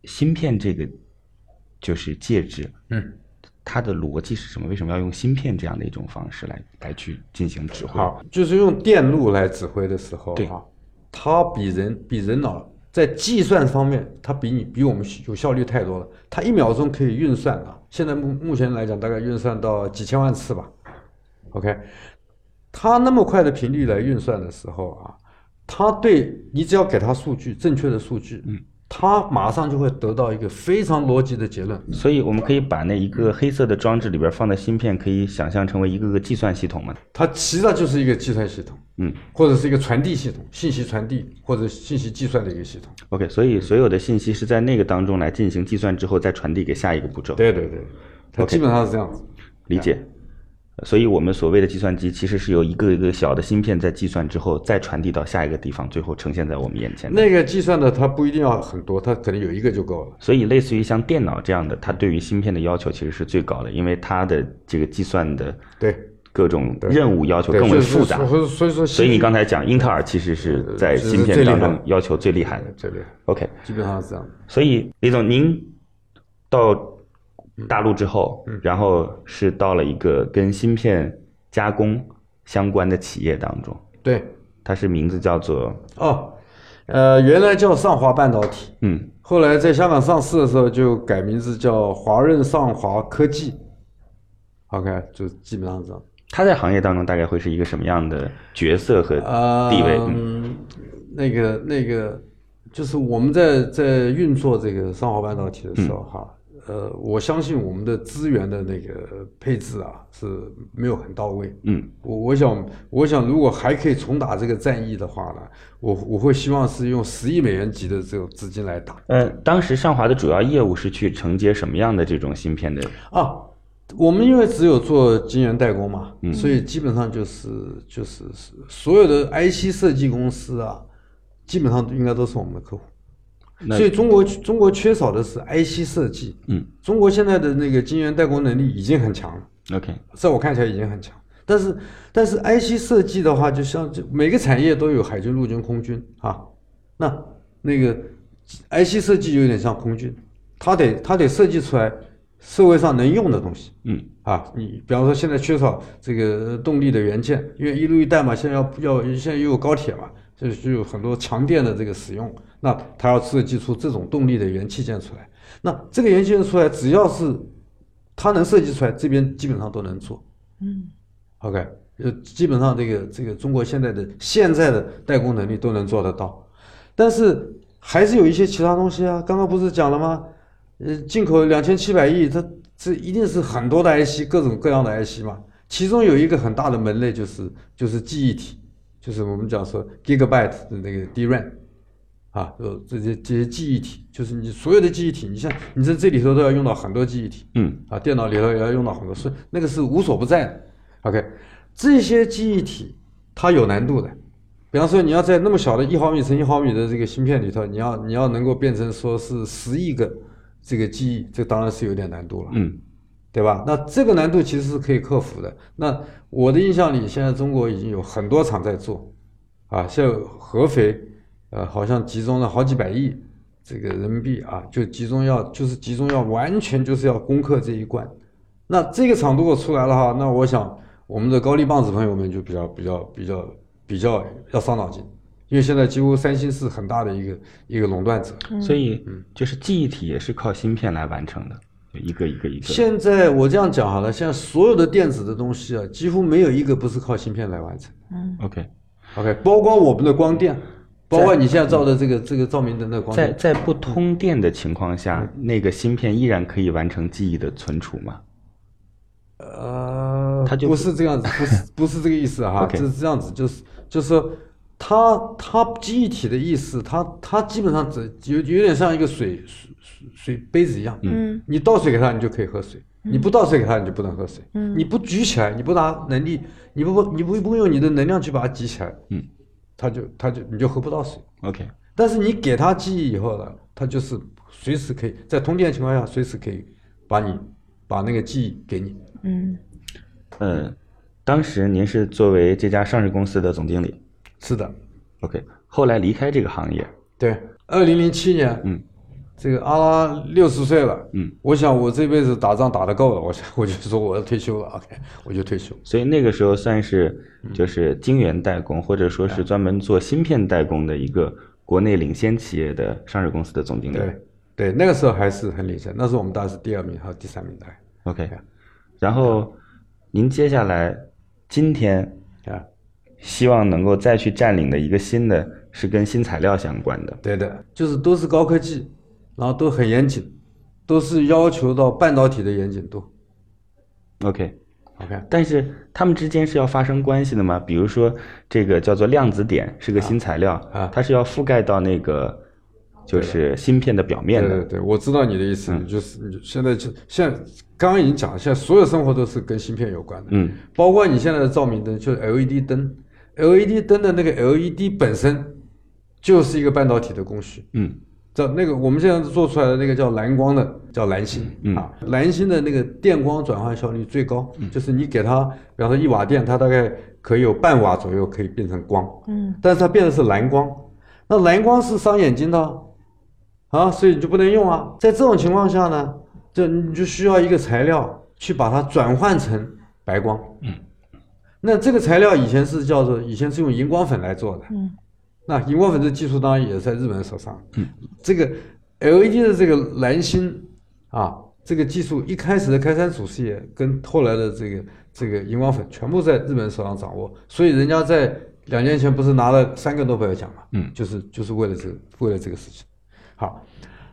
Speaker 1: 芯片这个就是介质，
Speaker 3: 嗯，
Speaker 1: 它的逻辑是什么？为什么要用芯片这样的一种方式来来去进行指挥？
Speaker 3: 好，就是用电路来指挥的时候，
Speaker 1: 对
Speaker 3: 啊，它比人比人脑在计算方面，它比你比我们有效率太多了。它一秒钟可以运算啊，现在目目前来讲，大概运算到几千万次吧。OK，它那么快的频率来运算的时候啊，它对你只要给它数据，正确的数据，嗯，它马上就会得到一个非常逻辑的结论。
Speaker 1: 所以我们可以把那一个黑色的装置里边放的芯片，可以想象成为一个个计算系统嘛？
Speaker 3: 它其实就是一个计算系统，
Speaker 1: 嗯
Speaker 3: 或者是一个传递系统，信息传递或者信息计算的一个系统。
Speaker 1: ，OK，所以所有的信息是在那个当中来进行计算之后，再传递给下一个步骤。，
Speaker 3: 对对对，它
Speaker 1: OK
Speaker 3: 基本上是这样子。
Speaker 1: 理解。所以我们所谓的计算机，其实是由一个一个小的芯片在计算之后，再传递到下一个地方，最后呈现在我们眼前的。
Speaker 3: 那个计算的它不一定要很多，它可能有一个就够了。
Speaker 1: 所以，类似于像电脑这样的，它对于芯片的要求其实是最高的，因为它的这个计算的
Speaker 3: 对，
Speaker 1: 各种
Speaker 3: 对
Speaker 1: 任务要求
Speaker 3: 对
Speaker 1: 更为
Speaker 3: 所以
Speaker 1: 复杂。
Speaker 3: 所以所以说，
Speaker 1: 所以你刚才讲，英特尔其实是在
Speaker 3: 是
Speaker 1: 芯片
Speaker 3: 呃最厉
Speaker 1: 当
Speaker 3: 害
Speaker 1: 中
Speaker 3: 的
Speaker 1: 要求最厉害的。
Speaker 3: 对对，
Speaker 1: OK，
Speaker 3: 基本上是这样的。
Speaker 1: 所以李总，您到大陆之后，
Speaker 3: 嗯
Speaker 1: 然后是到了一个跟芯片加工相关的企业当中，
Speaker 3: 对，
Speaker 1: 它是名字叫做
Speaker 3: 哦，呃，原来叫上华半导体，
Speaker 1: 嗯
Speaker 3: 后来在香港上市的时候就改名字叫华润上华科技。OK，就基本上是这样。
Speaker 1: 它在行业当中大概会是一个什么样的角色和
Speaker 3: 呃
Speaker 1: 地位？嗯
Speaker 3: 嗯，那个那个，就是我们在在运作这个上华半导体的时
Speaker 1: 嗯
Speaker 3: 候哈，呃，我相信我们的资源的那个配置啊是没有很到位。
Speaker 1: 嗯
Speaker 3: 我我想，我想如果还可以重打这个战役的话呢，我我会希望是用十亿美元级的这种资金来打
Speaker 1: 呃，当时上华的主要业务是去承接什么样的这种芯片的？
Speaker 3: 啊。我们因为只有做晶圆代工嘛，
Speaker 1: 嗯
Speaker 3: 所以基本上就是就是是所有的 IC 设计公司啊，基本上应该都是我们的客户。
Speaker 1: 那
Speaker 3: 所以中国中国缺少的是 IC 设计。
Speaker 1: 嗯，
Speaker 3: 中国现在的那个晶圆代工能力已经很强了，
Speaker 1: OK，
Speaker 3: 在我看起来已经很强。但是但是 IC 设计的话，就像就每个产业都有海军、陆军、空军啊。那那个 IC 设计有点像空军，它得它得设计出来社会上能用的东西。
Speaker 1: 嗯
Speaker 3: 啊，你比方说现在缺少这个动力的元件，因为一路一带嘛，现在要要现在又有高铁嘛，就是就有很多强电的这个使用，那它要设计出这种动力的元器件出来。那这个元器件出来，只要是它能设计出来，这边基本上都能做。嗯，OK，呃，基本上这个这个中国现在的现在的代工能力都能做得到，但是还是有一些其他东西啊。刚刚不是讲了吗？呃，进口两千七百亿，它这一定是很多的 IC，各种各样的 IC 嘛。其中有一个很大的门类就是就是记忆体，就是我们讲说 gigabyte 的那个 DRAM 啊，就这些这些记忆体，就是你所有的记忆体，你像你在这里头都要用到很多记忆体，
Speaker 1: 嗯
Speaker 3: 啊，电脑里头也要用到很多，所以那个是无所不在的。OK，这些记忆体它有难度的，比方说你要在那么小的一毫米乘一毫米的这个芯片里头，你要你要能够变成说是十亿个这个记忆，这当然是有点难度了。
Speaker 1: 嗯
Speaker 3: 对吧？那这个难度其实是可以克服的。那我的印象里，现在中国已经有很多厂在做，啊，现在合肥，呃，好像集中了好几百亿这个人民币啊，就集中要就是集中要完全就是要攻克这一关。那这个厂如果出来了哈，那我想我们的高丽棒子朋友们就比较比较比较比较要伤脑筋，因为现在几乎三星是很大的一个一个垄断者。
Speaker 1: 所以就是记忆体也是靠芯片来完成的，就一个一个一个。
Speaker 3: 现在我这样讲好了，现在所有的电子的东西啊，几乎没有一个不是靠芯片来完成。
Speaker 1: OK，
Speaker 3: OK，包括我们的光电，包括你现在照的这个这个照明灯的光
Speaker 1: 在
Speaker 3: 电，
Speaker 1: 在不通电的情况下，那个芯片依然可以完成记忆的存储吗？
Speaker 3: 呃，
Speaker 1: 它就
Speaker 3: 不是这样子，不是不是这个意思哈、
Speaker 1: OK
Speaker 3: 就是这样子，就是就是说，它它记忆体的意思，它它基本上只有有点像一个水水水水杯子一样，嗯，你倒水给它，你就可以喝水；你不倒水给它，你就不能喝水。嗯，你不举起来，你不拿能力，你不你不不用你的能量去把它举起来，
Speaker 1: 嗯，
Speaker 3: 它就它就你就喝不到水。
Speaker 1: OK，
Speaker 3: 但是你给它记忆以后呢，它就是随时可以在通电的情况下，随时可以把你把那个记忆给你。
Speaker 1: 嗯，当时您是作为这家上市公司的总经理
Speaker 3: 是的，
Speaker 1: ，OK，后来离开这个行业，
Speaker 3: 对，二零零七年，
Speaker 1: 嗯，
Speaker 3: 这个阿拉六十岁了，
Speaker 1: 嗯，
Speaker 3: 我想我这辈子打仗打得够了，我想 (laughs) 我就说我要退休了，OK，我就退休。
Speaker 1: 所以那个时候算是就是晶圆代工，或者说是专门做芯片代工的一个国内领先企业的上市公司的总经理。
Speaker 3: 对，对，那个时候还是很领先，那时候我们大概是第二名还有第三名大概
Speaker 1: OK，然后您接下来今天
Speaker 3: 啊，
Speaker 1: 希望能够再去占领的一个新的是跟新材料相关的。
Speaker 3: 对的，就是都是高科技，然后都很严谨，都是要求到半导体的严谨度
Speaker 1: OK，
Speaker 3: ，OK，
Speaker 1: 但是它们之间是要发生关系的吗？比如说这个叫做量子点是个新材料，
Speaker 3: 啊
Speaker 1: 它是要覆盖到那个就是芯片的表面
Speaker 3: 对
Speaker 1: 的。嗯
Speaker 3: 对对，我知道你的意思，你就是你现在就现在刚刚已经讲了，现在所有生活都是跟芯片有关的，
Speaker 1: 嗯，
Speaker 3: 包括你现在的照明灯，就是 LED 灯，LED 灯的那个 LED 本身就是一个半导体的工序。
Speaker 1: 嗯
Speaker 3: 这那个我们现在做出来的那个叫蓝光的，叫蓝芯、
Speaker 1: 嗯
Speaker 3: 啊，蓝芯的那个电光转换效率最高，就是你给它，比方说一瓦电，它大概可以有半瓦左右可以变成光，嗯，但是它变的是蓝光，那蓝光是伤眼睛的啊，啊，所以你就不能用啊。在这种情况下呢，就你就需要一个材料去把它转换成白光，嗯，那这个材料以前是叫做以前是用荧光粉来做的，嗯。那荧光粉这技术当然也在日本手上，这个 LED 的这个蓝芯啊，这个技术一开始的开山祖师爷跟后来的这个这个荧光粉全部在日本人手上掌握，所以人家在两年前不是拿了三个诺贝尔奖嘛？
Speaker 1: 嗯
Speaker 3: 就是就是为了这个为了这个事情。好，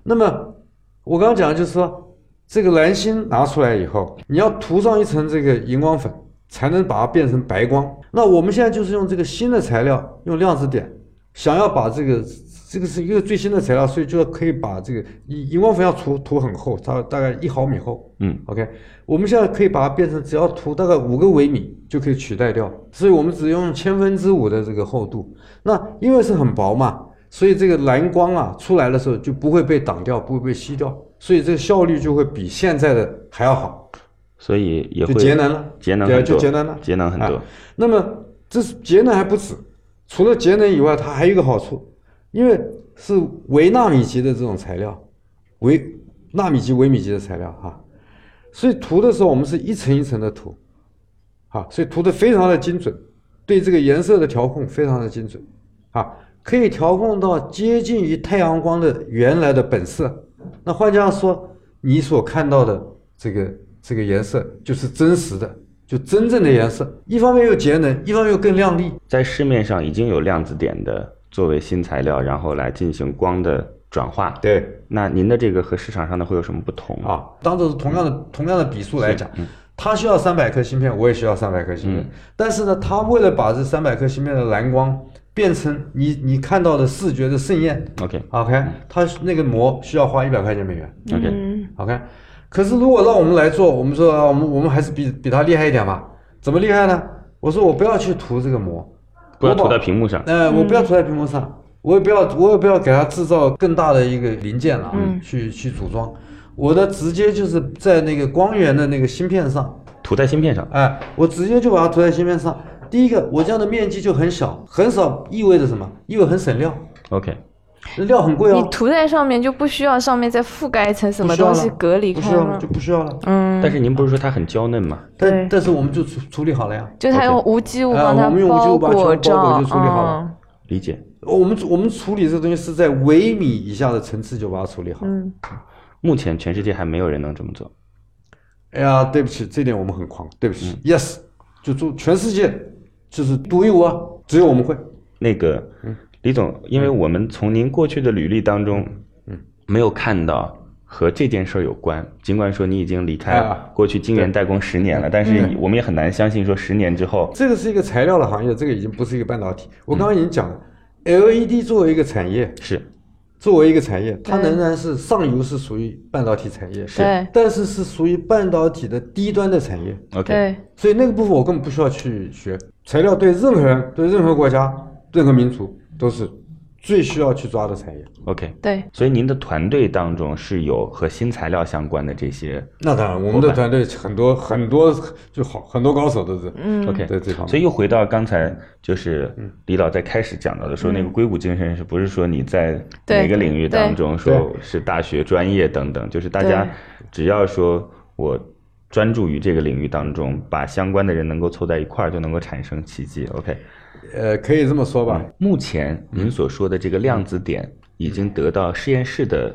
Speaker 3: 那么我刚刚讲的就是说，这个蓝芯拿出来以后，你要涂上一层这个荧光粉，才能把它变成白光。那我们现在就是用这个新的材料，用量子点，想要把这个这个是一个最新的材料，所以就要可以把这个荧荧光粉要涂涂很厚，它大概一毫米厚。
Speaker 1: 嗯
Speaker 3: OK，我们现在可以把它变成只要涂大概五个微米就可以取代掉，所以我们只用千分之五的这个厚度。那因为是很薄嘛，所以这个蓝光啊出来的时候就不会被挡掉，不会被吸掉，所以这个效率就会比现在的还要好。
Speaker 1: 所以也会
Speaker 3: 就节能了
Speaker 1: 节能
Speaker 3: 对啊
Speaker 1: 很多，
Speaker 3: 就节能了
Speaker 1: 节能很多。
Speaker 3: 啊那么这是节能还不止，除了节能以外，它还有一个好处，因为是微纳米级的这种材料，微纳米级、微米级的材料哈、所以涂的时候我们是一层一层的涂，啊，所以涂的非常的精准，对这个颜色的调控非常的精准，啊，可以调控到接近于太阳光的原来的本色。那换句话说，你所看到的这个这个颜色就是真实的，就真正的颜色。一方面又节能，一方面又更亮丽。
Speaker 1: 在市面上已经有量子点的作为新材料，然后来进行光的转化。，
Speaker 3: 对，
Speaker 1: 那您的这个和市场上的会有什么不同？
Speaker 3: 啊，当做是同样的、同样的笔数来讲，它需要三百颗芯片，我也需要三百颗芯片。但是呢，它为了把这三百颗芯片的蓝光变成你你看到的视觉的盛宴
Speaker 1: OK
Speaker 3: ，OK，它那个膜需要花一百块钱美元
Speaker 1: OK，、
Speaker 3: ，OK。可是如果让我们来做，我们说啊，我们我们还是比比它厉害一点吧？怎么厉害呢？我说我不要去涂这个膜，
Speaker 1: 不要涂
Speaker 3: 我把
Speaker 1: 到屏幕上。
Speaker 3: 呃，
Speaker 4: 嗯
Speaker 3: 我不要涂在屏幕上，我也不要，我也不要给它制造更大的一个零件了啊，
Speaker 4: 嗯
Speaker 3: 去去组装。我的直接就是在那个光源的那个芯片上，
Speaker 1: 涂在芯片上。
Speaker 3: 哎，我直接就把它涂在芯片上。第一个，我这样的面积就很小，很少意味着什么？意味着很省料，
Speaker 1: OK，
Speaker 3: 那料很贵
Speaker 4: 你
Speaker 3: 哦，
Speaker 4: 涂在上面就不需要上面再覆盖一层什
Speaker 3: 不
Speaker 4: 么
Speaker 3: 需要
Speaker 4: 东
Speaker 3: 了
Speaker 4: 西隔离
Speaker 3: 不
Speaker 4: 开
Speaker 3: 需要了
Speaker 4: 吗
Speaker 3: 就？不需要了。
Speaker 4: 嗯，
Speaker 1: 但是您不是说它很娇嫩吗？
Speaker 3: 但但是我们就处处理好了呀。
Speaker 4: 就它用无机物
Speaker 3: 哎
Speaker 4: 帮它
Speaker 3: 我们用无机物把它全部
Speaker 4: 裹
Speaker 3: 包裹
Speaker 4: 上
Speaker 3: 就处理好了
Speaker 4: 嗯
Speaker 1: 理解。
Speaker 3: 我们我们处理这个东西是在微米以下的层次就把它处理好。
Speaker 4: 嗯
Speaker 1: 目前全世界还没有人能这么做。
Speaker 3: 哎呀，对不起，这点我们很狂，对不起。yes，就做全世界就是独一无二，只有我们会。
Speaker 1: 那个，李总，因为我们从您过去的履历当中，没有看到和这件事儿有关。尽管说你已经离开
Speaker 3: 啊
Speaker 1: 过去晶圆代工十年了，但是我们也很难相信说十年之后，
Speaker 3: 这个是一个材料的行业，这个已经不是一个半导体。我刚刚已经讲了、l e d 作为一个产业，
Speaker 1: 是
Speaker 3: 作为一个产业，它
Speaker 4: 对
Speaker 3: 仍然是上游是属于半导体产业，
Speaker 4: 对
Speaker 3: 但是是属于半导体的低端的产业，
Speaker 1: OK，
Speaker 4: 对
Speaker 3: 所以那个部分我根本不需要去学。材料对任何人、对任何国家、任何民族都是最需要去抓的产业。
Speaker 1: OK。
Speaker 4: 对，
Speaker 1: 所以您的团队当中是有和新材料相关的这些
Speaker 3: 那当然，我们的团队很多很多就好很多高手都是，
Speaker 4: 嗯
Speaker 1: OK，
Speaker 3: 对这方面
Speaker 1: 所以又回到刚才就是
Speaker 3: 嗯
Speaker 1: 李老在开始讲到的，说那个硅谷精神是不是说你在
Speaker 4: 对
Speaker 1: 每个领域当中
Speaker 3: 对
Speaker 1: 说是大学专业等等，就是大家
Speaker 4: 对
Speaker 1: 只要说我专注于这个领域当中，把相关的人能够凑在一块儿，就能够产生奇迹。OK，
Speaker 3: 呃，可以这么说吧。
Speaker 1: 目前您所说的这个量子点已经得到实验室的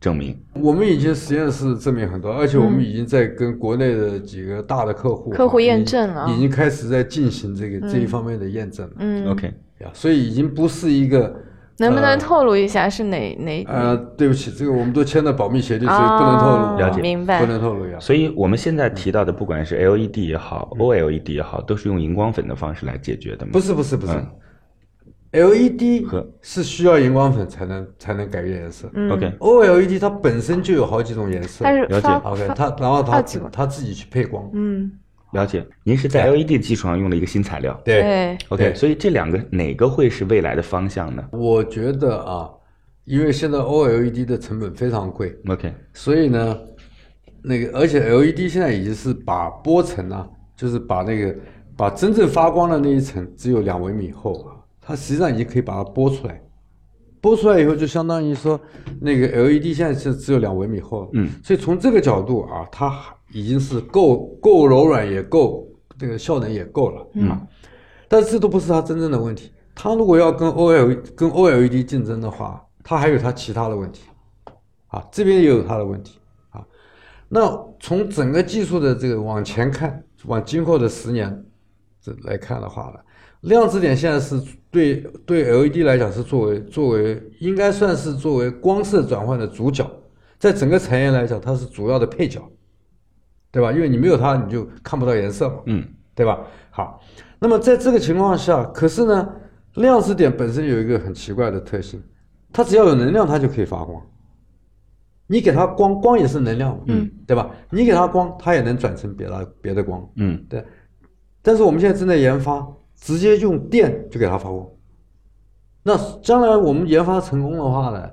Speaker 1: 证明。
Speaker 3: 我们已经实验室证明很多，而且我们已经在跟国内的几个大的客户啊
Speaker 4: 客户验证了
Speaker 3: 已已经开始在进行这个这一方面的验证了。
Speaker 4: 嗯
Speaker 1: OK，
Speaker 3: 呀，所以已经不是一个
Speaker 4: 能不能透露一下是哪哪？
Speaker 3: 呃，对不起，这个我们都签了保密协定，所以
Speaker 4: 哦
Speaker 3: 不能透露，
Speaker 1: 了解
Speaker 4: 明白
Speaker 3: 不能透露呀。
Speaker 1: 所以我们现在提到的，不管是 LED 也好，OLED 也好，都是用荧光粉的方式来解决的
Speaker 3: 嗯
Speaker 1: 嘛？
Speaker 3: 不是不是不是
Speaker 1: 嗯
Speaker 3: ，LED
Speaker 1: 和
Speaker 3: 是需要荧光粉才能才能改变颜色
Speaker 1: ，OK，
Speaker 3: ，OLED 它本身就有好几种颜色
Speaker 4: 嗯它是
Speaker 1: 了解
Speaker 4: 发
Speaker 3: OK，
Speaker 4: 发
Speaker 3: 它然后它
Speaker 4: 好几
Speaker 3: 自
Speaker 4: 种
Speaker 3: 它自己去配光，
Speaker 4: 嗯
Speaker 1: 了解。您是在 E LED 基础上用了一个新材料
Speaker 3: 对，
Speaker 4: 对
Speaker 1: ，OK，
Speaker 3: 对
Speaker 1: 所以这两个哪个会是未来的方向呢
Speaker 3: 我觉得啊，因为现在 OLED 的成本非常贵，
Speaker 1: ？OK，
Speaker 3: 所以呢，那个而且 LED 现在已经是把波层啊，就是把那个把真正发光的那一层只有两微米厚啊，它实际上已经可以把它剥出来。剥出来以后，就相当于说，那个 LED 现在是只有两微米厚，
Speaker 1: 嗯，
Speaker 3: 所以从这个角度啊，它已经是够够柔软，也够这个效能也够了，嗯，但是这都不是它真正的问题。它如果要跟 OL 跟 OLED 竞争的话，它还有它其他的问题，啊，这边也有它的问题啊。那从整个技术的这个往前看，往今后的十年这来看的话呢，量子点现在是对对 LED 来讲是作为作为应该算是作为光色转换的主角，在整个产业来讲，它是主要的配角，对吧？因为你没有它，你就看不到颜色嘛。
Speaker 1: 嗯，
Speaker 3: 对吧？好，那么在这个情况下，可是呢，量子点本身有一个很奇怪的特性，它只要有能量，它就可以发光。你给它光，光也是能量，嗯，对吧？你给它光，它也能转成别的别的光，
Speaker 1: 嗯，
Speaker 3: 对。但是我们现在正在研发，直接用电就给它发光。那将来我们研发成功的话呢，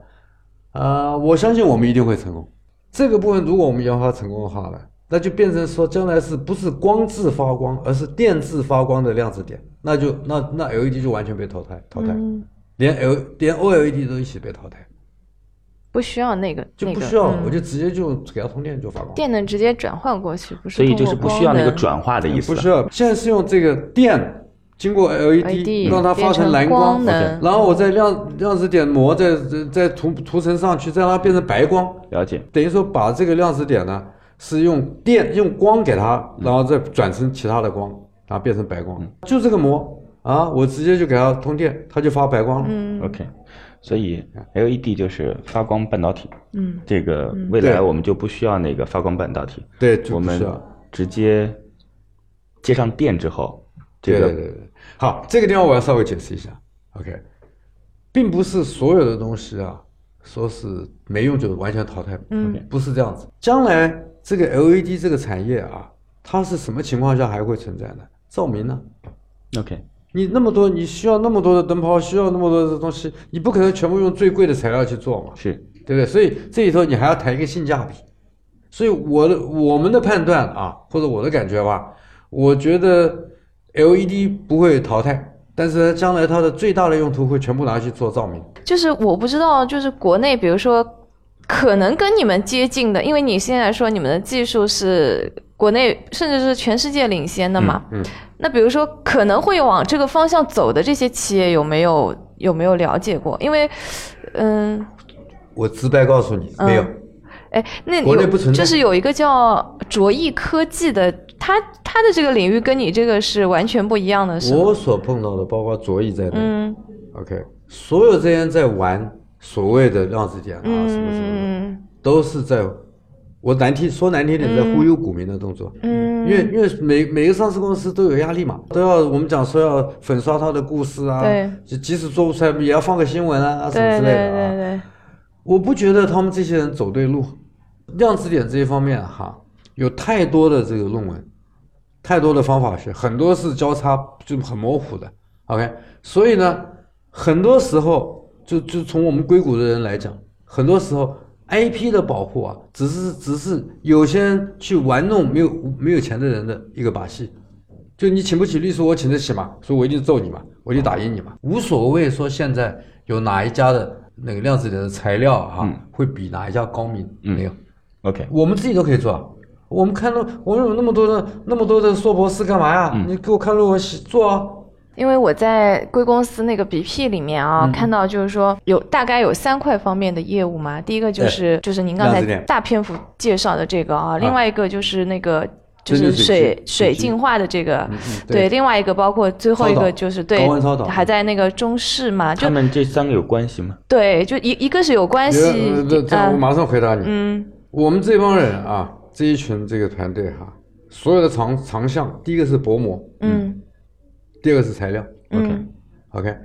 Speaker 3: 呃，我相信我们一定会成功。这个部分如果我们研发成功的话呢，那就变成说将来是不是光自发光，而是电自发光的量子点，那就那那 LED 就完全被淘汰淘汰，
Speaker 4: 嗯，
Speaker 3: 连 L 连 OLED 都一起被淘汰，
Speaker 4: 不需要那个
Speaker 3: 就
Speaker 4: 那
Speaker 3: 不
Speaker 4: 个
Speaker 3: 需要了，
Speaker 4: 嗯
Speaker 3: 我就直接就给它通电就发光。
Speaker 4: 电能直接转换过去，不是
Speaker 1: 所以就是
Speaker 4: 通过
Speaker 1: 不需要那个
Speaker 4: 光能
Speaker 1: 转化的意思
Speaker 3: 嗯不
Speaker 1: 了。
Speaker 3: 是，啊现在是用这个电经过 LED
Speaker 4: LED
Speaker 3: 让它发成蓝
Speaker 4: E 变成光能
Speaker 3: 然后我再量量子点膜再再再涂涂层上去，再让它变成白光，
Speaker 1: 了解。
Speaker 3: 等于说把这个量子点呢是用电用光给它，
Speaker 1: 嗯
Speaker 3: 然后再转成其他的光，然后变成白光，就这个膜啊，我直接就给它通电，它就发白光了。
Speaker 4: 嗯
Speaker 1: OK，所以 LED 就是发光半导体。
Speaker 4: 嗯，
Speaker 1: 这个未来
Speaker 3: 对
Speaker 1: 我们就不需要那个发光半导体，
Speaker 3: 对，就
Speaker 1: 我
Speaker 3: 不啊
Speaker 1: 们
Speaker 3: 需要。
Speaker 1: 直接接上电之后，这
Speaker 3: 对对
Speaker 1: 个
Speaker 3: 对对，好，这个地方我要稍微解释一下。OK，并不是所有的东西啊，说是没用就完全淘汰，
Speaker 4: 嗯
Speaker 1: OK
Speaker 3: 不是这样子。将来这个 LED 这个产业啊，它是什么情况下还会存在呢？照明呢？
Speaker 1: OK
Speaker 3: 你那么多，你需要那么多的灯泡，需要那么多的东西，你不可能全部用最贵的材料去做嘛，
Speaker 1: 是
Speaker 3: 对不对？所以这里头你还要谈一个性价比。所以我的我们的判断啊，或者我的感觉吧，我觉得 LED 不会淘汰，但是将来它的最大的用途会全部拿去做照明。
Speaker 4: 就是我不知道，就是国内，比如说，可能跟你们接近的，因为你现在说你们的技术是国内甚至是全世界领先的嘛。
Speaker 3: 嗯嗯
Speaker 4: 那比如说，可能会往这个方向走的这些企业，有没有有没有了解过？因为，嗯，
Speaker 3: 我直白告诉你，
Speaker 4: 嗯
Speaker 3: 没有，
Speaker 4: 哎，那
Speaker 3: 国内
Speaker 4: 有
Speaker 3: 不存在
Speaker 4: 就是有一个叫卓艺科技的，它它的这个领域跟你这个是完全不一样的，是吗？
Speaker 3: 我所碰到的，包括卓艺在内、
Speaker 4: 嗯
Speaker 3: o k 所有这些人在玩所谓的量子点啊，什么什么的，
Speaker 4: 嗯，
Speaker 3: 都是在，我难听说难听点，在忽悠股民的动作。
Speaker 4: 嗯，
Speaker 3: 因为因为每每个上市公司都有压力嘛，都要我们讲说要粉刷它的故事啊，
Speaker 4: 对
Speaker 3: 即即使做不出来，也要放个新闻啊什么
Speaker 4: 对
Speaker 3: 之
Speaker 4: 对
Speaker 3: 类的啊。
Speaker 4: 嗯对对，
Speaker 3: 我不觉得他们这些人走对路，量子点这一方面哈，有太多的这个论文，太多的方法学，很多是交叉就很模糊的。OK，所以呢，很多时候就就从我们硅谷的人来讲，很多时候 IP 的保护啊，只是只是有些人去玩弄没有没有钱的人的一个把戏。就你请不起律师，我请得起嘛，所以我一定揍你嘛，我一定打赢你嘛，无所谓说现在有哪一家的那个量子点的材料哈、
Speaker 1: 嗯
Speaker 3: 会比哪一家高明，没有，
Speaker 1: OK，
Speaker 3: 我们自己都可以做啊。我们看到我们有那么多的那么多的硕博士干嘛呀？你给我看论文写做啊，
Speaker 4: 因为我在贵公司那个 BP 里面
Speaker 3: 嗯
Speaker 4: 啊，看到就是说有大概有三块方面的业务嘛，第一个就是就是您刚
Speaker 3: 哎量
Speaker 4: 才
Speaker 3: 子点
Speaker 4: 大篇幅介绍的这个啊，另外一个就是那个。就
Speaker 3: 蒸
Speaker 4: 是
Speaker 3: 馏水机
Speaker 4: 水水
Speaker 3: 水机
Speaker 4: 净化的这个，
Speaker 3: 对
Speaker 4: 对，另外一个包括最后一
Speaker 3: 超
Speaker 4: 个
Speaker 3: 导
Speaker 4: 就是对
Speaker 3: 高温超导，
Speaker 4: 还在那个中视嘛，就
Speaker 1: 他们这三个有关系吗？
Speaker 4: 对，就一一个是有关系
Speaker 3: 呃这，这我
Speaker 4: 嗯
Speaker 3: 马上回答你。
Speaker 4: 嗯，
Speaker 3: 我们这帮人啊，这一群这个团队哈、所有的长长项，第一个是薄膜，
Speaker 4: 嗯
Speaker 3: 第二个是材料。
Speaker 4: 嗯
Speaker 3: OK，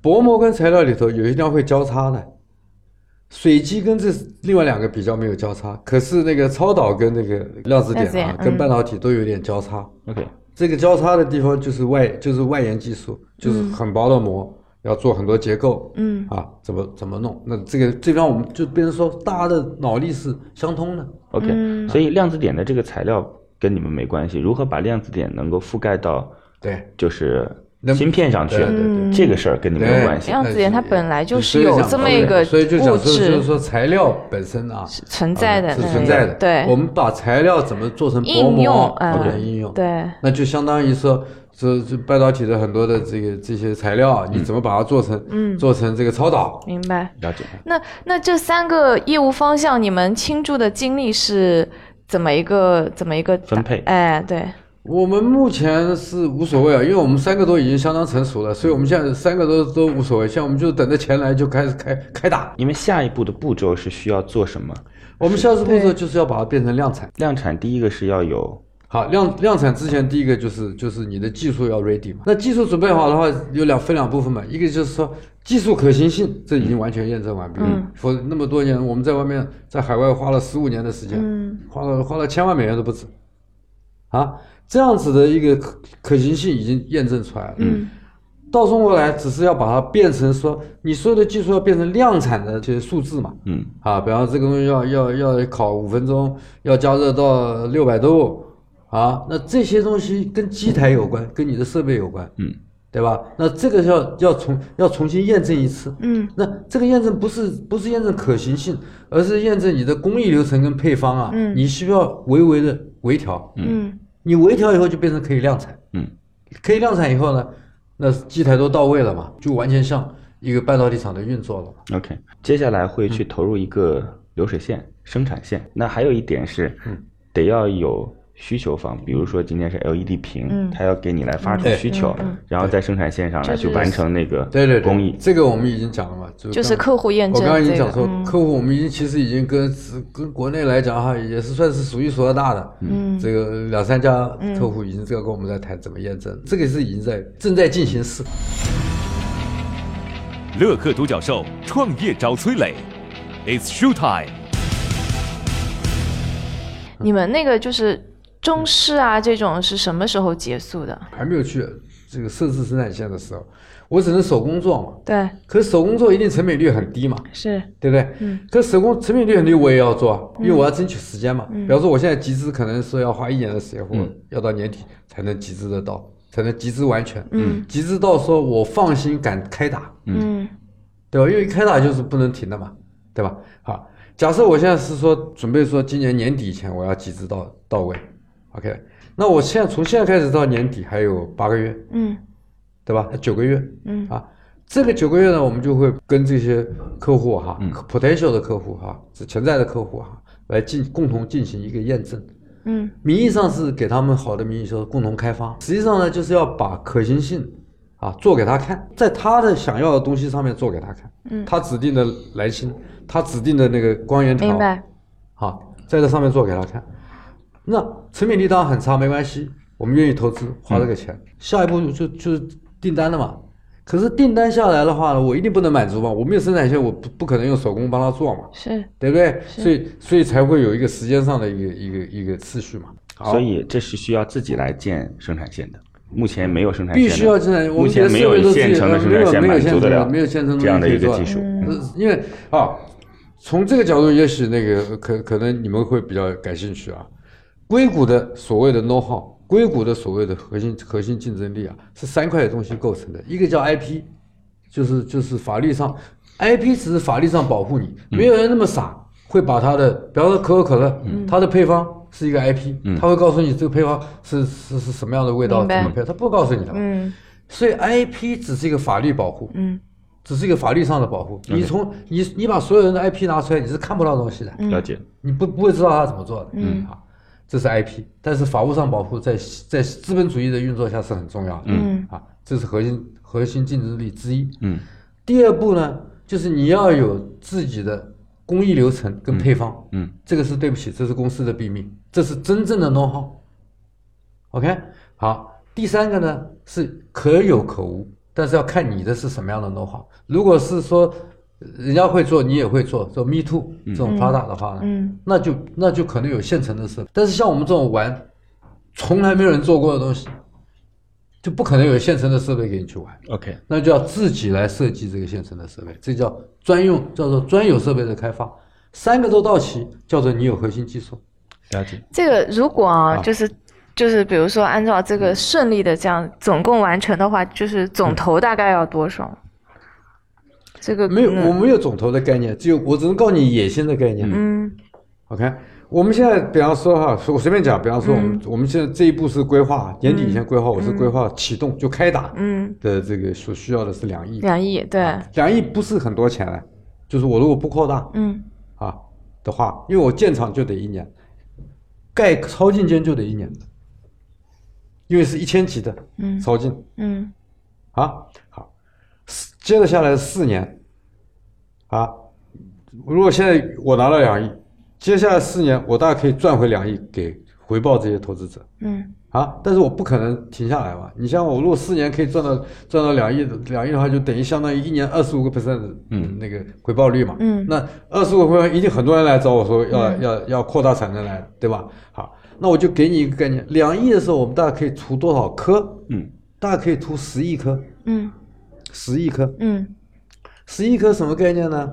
Speaker 3: 薄膜跟材料里头有一条会交叉的，水基跟这另外两个比较没有交叉，可是那个超导跟那个量子点
Speaker 4: 量子点
Speaker 3: 啊，
Speaker 4: 嗯
Speaker 3: 跟半导体都有点交叉。
Speaker 1: OK，
Speaker 3: 这个交叉的地方就是外就是外延技术，就是很薄的膜，要做很多结构。
Speaker 4: 嗯
Speaker 3: 啊，怎么怎么弄？那这个这让我们就变成说，大家的脑力是相通的。
Speaker 1: OK，、
Speaker 4: 嗯
Speaker 1: 所以量子点的这个材料跟你们没关系，如何把量子点能够覆盖到
Speaker 3: 对，
Speaker 1: 就是
Speaker 3: 能
Speaker 1: 芯片上去
Speaker 3: 对对
Speaker 4: 对，
Speaker 1: 这个事儿跟你没有
Speaker 3: 对
Speaker 1: 关系。
Speaker 4: 量子点它本来就
Speaker 3: 所
Speaker 4: 是
Speaker 3: 以
Speaker 4: 有
Speaker 3: 讲
Speaker 4: 这么一个
Speaker 3: 所以就
Speaker 4: 物
Speaker 3: 讲说，就是
Speaker 4: 质
Speaker 3: 说材料本身啊，
Speaker 4: 存在的，
Speaker 3: 是
Speaker 4: 嗯
Speaker 3: 存在的。
Speaker 4: 对，
Speaker 3: 我们把材料怎么做成薄
Speaker 4: 应用
Speaker 3: 膜，
Speaker 4: 嗯
Speaker 3: 做成应用，
Speaker 4: 对，
Speaker 3: 那就相当于说，这这半导体的很多的这个这些材料啊，你怎么把它做成，
Speaker 4: 嗯
Speaker 3: 做成这个超导？
Speaker 4: 明白。
Speaker 1: 了解。
Speaker 4: 那那这三个业务方向，你们倾注的精力是怎么一个怎么一个
Speaker 1: 分配
Speaker 4: 哎，对，
Speaker 3: 我们目前是无所谓啊，因为我们三个都已经相当成熟了，所以我们现在三个都都无所谓。现在我们就等着钱来就开始开开打。
Speaker 1: 因为下一步的步骤是需要做什么？
Speaker 3: 我们下次步骤
Speaker 4: 对
Speaker 3: 就是要把它变成量产。
Speaker 1: 量产第一个是要有
Speaker 3: 好，量量产之前，第一个就是就是你的技术要 ready 嘛。那技术准备好的话，有两分两部分嘛，一个就是说技术可行性，这已经完全验证完毕了。
Speaker 4: 嗯
Speaker 3: 否则那么多年，我们在外面在海外花了十五年的时间，
Speaker 4: 嗯
Speaker 3: 花了花了千万美元都不止，啊，这样子的一个可可行性已经验证出来了。
Speaker 4: 嗯
Speaker 3: 到中国来，只是要把它变成说，你所有的技术要变成量产的这些数字嘛。
Speaker 1: 嗯
Speaker 3: 啊，比方说这个东西要要要烤五分钟，要加热到六百度，啊，那这些东西跟机台有关，跟你的设备有关，
Speaker 1: 嗯，
Speaker 3: 对吧？那这个要要重要重新验证一次。
Speaker 4: 嗯
Speaker 3: 那这个验证不是不是验证可行性，而是验证你的工艺流程跟配方啊，
Speaker 4: 嗯
Speaker 3: 你需要微微的微调，
Speaker 4: 嗯
Speaker 3: 你微调以后就变成可以量产，
Speaker 1: 嗯
Speaker 3: 可以量产以后呢，那机台都到位了嘛，就完全像一个半导体厂的运作了嘛。
Speaker 1: OK，接下来会去投入一个流水线、生产线。那还有一点是，
Speaker 3: 嗯
Speaker 1: 得要有需求方，比如说今天是 LED 屏，
Speaker 4: 嗯
Speaker 1: 它要给你来发出
Speaker 3: 嗯
Speaker 1: 需求，
Speaker 4: 嗯嗯
Speaker 1: 然后在生产线上来
Speaker 4: 就是
Speaker 1: 去完成那个
Speaker 3: 对对对，
Speaker 1: 工艺。
Speaker 3: 这个我们已经讲了嘛，就
Speaker 4: 就是
Speaker 3: 刚
Speaker 4: 客户验
Speaker 3: 我
Speaker 4: 证
Speaker 3: 刚刚已经
Speaker 4: 这
Speaker 3: 讲说
Speaker 4: 个，，嗯
Speaker 3: 客户我们已经其实已经跟跟国内来讲哈，也是算是数一数二大的。
Speaker 4: 嗯
Speaker 3: 这个两三家客户已经这个跟我们在谈怎么验证，这个是已经在正在进行式。
Speaker 5: 乐客独角兽创业找崔磊，It's show time。
Speaker 4: 嗯你们那个就是中式啊，这种是什么时候结束的？
Speaker 3: 还没有去这个设置生产线的时候，我只能手工做嘛。
Speaker 4: 对，
Speaker 3: 可是手工做一定成品率很低嘛，
Speaker 4: 是，
Speaker 3: 对不对？嗯。可手工成品率很低，我也要做啊，因为我要争取时间嘛。比方说，我现在集资可能是要花一年的时间，或要到年底才能集资得到，才能集资完全。
Speaker 4: 嗯，
Speaker 3: 集资到说我放心敢开打，
Speaker 4: 嗯
Speaker 3: 对吧？因为开打就是不能停的嘛，对吧？好，假设我现在是说准备说今年年底以前我要集资到到位，OK？那我现在从现在开始到年底还有八个月，
Speaker 4: 嗯
Speaker 3: 对吧？九个月，
Speaker 4: 嗯
Speaker 3: 啊，这个九个月呢，我们就会跟这些客户哈、potential 的客户哈、是潜在的客户哈、来进共同进行一个验证。
Speaker 4: 嗯
Speaker 3: 名义上是给他们好的名义说共同开发，实际上呢就是要把可行性啊做给他看，在他的想要的东西上面做给他看，
Speaker 4: 嗯
Speaker 3: 他指定的来芯，他指定的那个光源条，
Speaker 4: 明白
Speaker 3: 好，在这上面做给他看。那成品力当然很差，没关系，我们愿意投资，花这个钱。
Speaker 1: 嗯
Speaker 3: 下一步就就是订单了嘛。可是订单下来的话呢，我一定不能满足嘛，我没有生产线，我不不可能用手工帮他做嘛，
Speaker 4: 是
Speaker 3: 对不对？所以所以才会有一个时间上的一个一个一个次序嘛。好
Speaker 1: 所以这是需要自己来建生产线的。目前没有生产线
Speaker 3: 必
Speaker 1: 的，
Speaker 3: 须要生产，我
Speaker 1: 目
Speaker 3: 们觉得
Speaker 1: 前没有
Speaker 3: 设备都是
Speaker 1: 现成的生产线
Speaker 3: 没有没
Speaker 1: 满
Speaker 3: 有
Speaker 1: 足得
Speaker 3: 现成
Speaker 1: 了
Speaker 3: 的没有现成的
Speaker 1: 这样的一个
Speaker 3: 东西可
Speaker 1: 技
Speaker 3: 以
Speaker 1: 术。
Speaker 3: 呃因为啊，从这个角度，也许那个呃可可能你们会比较感兴趣啊。硅谷的所谓的 know how，硅谷的所谓的核心核心竞争力啊，是三块东西构成的，一个叫 IP，就是就是法律上，IP 只是法律上保护你，
Speaker 4: 嗯
Speaker 3: 没有人那么傻会把它的，比方说可口可乐，
Speaker 4: 嗯
Speaker 3: 它的配方。是一个 IP，、他会告诉你这个配方是是是什么样的味道，
Speaker 4: 明
Speaker 3: 怎
Speaker 4: 白
Speaker 3: 么配，他不告诉你的。
Speaker 4: 嗯
Speaker 3: 所以 IP 只是一个法律保护，
Speaker 4: 嗯，
Speaker 3: 只是一个法律上的保护。你从你你把所有人的 IP 拿出来，你是看不到东西的，
Speaker 1: 了解，
Speaker 3: 你不不会知道他怎么做的。嗯啊，这是 IP，但是法务上保护在在资本主义的运作下是很重要的。
Speaker 4: 嗯
Speaker 3: 啊，这是核心核心竞争力之一。
Speaker 1: 嗯，
Speaker 3: 第二步呢，就是你要有自己的工艺流程跟配方。
Speaker 1: 嗯嗯
Speaker 3: 这个是对不起，这是公司的秘密，这是真正的 know how。OK，好，第三个呢是可有可无，但是要看你的是什么样的 know how。如果是说呃人家会做，你也会做，做 me too 这种 product 的话呢，
Speaker 4: 嗯
Speaker 3: 那就那就可能有现成的设备。但是像我们这种玩从来没有人做过的东西，就不可能有现成的设备给你去玩。
Speaker 1: OK，
Speaker 3: 那就要自己来设计这个现成的设备，这叫专用，叫做专有设备的开发。三个都到齐，叫做你有核心技术。
Speaker 1: 了解。
Speaker 4: 这个如果啊，就是就是比如说按照这
Speaker 3: 嗯
Speaker 4: 个顺利的这样总共完成的话，就是总投大概要多少？这个
Speaker 3: 没有，
Speaker 4: 嗯
Speaker 3: 我没有总投的概念，只有我只能告诉你野心的概念。
Speaker 4: 嗯
Speaker 3: (laughs) OK，我们现在比方说哈，我随便讲，比方说我
Speaker 4: 嗯
Speaker 3: 们、我们现在这一步是规划，年底以前规划，我是规划启动就开打
Speaker 4: 嗯，
Speaker 3: 的这个所需要的是两亿，
Speaker 4: 两亿对，
Speaker 3: 啊两亿不是很多钱嘞，就是我如果不扩大，
Speaker 4: 嗯
Speaker 3: 啊的话，因为我建厂就得一年，盖超净间就得一年，因为是一千级的
Speaker 4: 嗯
Speaker 3: 超净
Speaker 4: 嗯
Speaker 3: 啊。好，四接着下来是四年啊。如果现在我拿了两亿，接下来四年我大概可以赚回两亿给回报这些投资者。
Speaker 4: 嗯
Speaker 3: 啊，但是我不可能停下来嘛。你像我，如果四年可以赚到赚到两亿的，两亿的话，就等于相当于一年二十五个 percent
Speaker 1: 嗯
Speaker 3: 那个回报率嘛。
Speaker 4: 嗯
Speaker 3: 那二十五个 percent 一定很多人来找我说要、要要扩大产能来，对吧？好，那我就给你一个概念，两亿的时候，我们大概可以除多少颗？
Speaker 1: 嗯，
Speaker 3: 大概可以除十亿颗，
Speaker 4: 嗯
Speaker 3: 十亿颗，
Speaker 4: 嗯
Speaker 3: 十亿颗什么概念呢？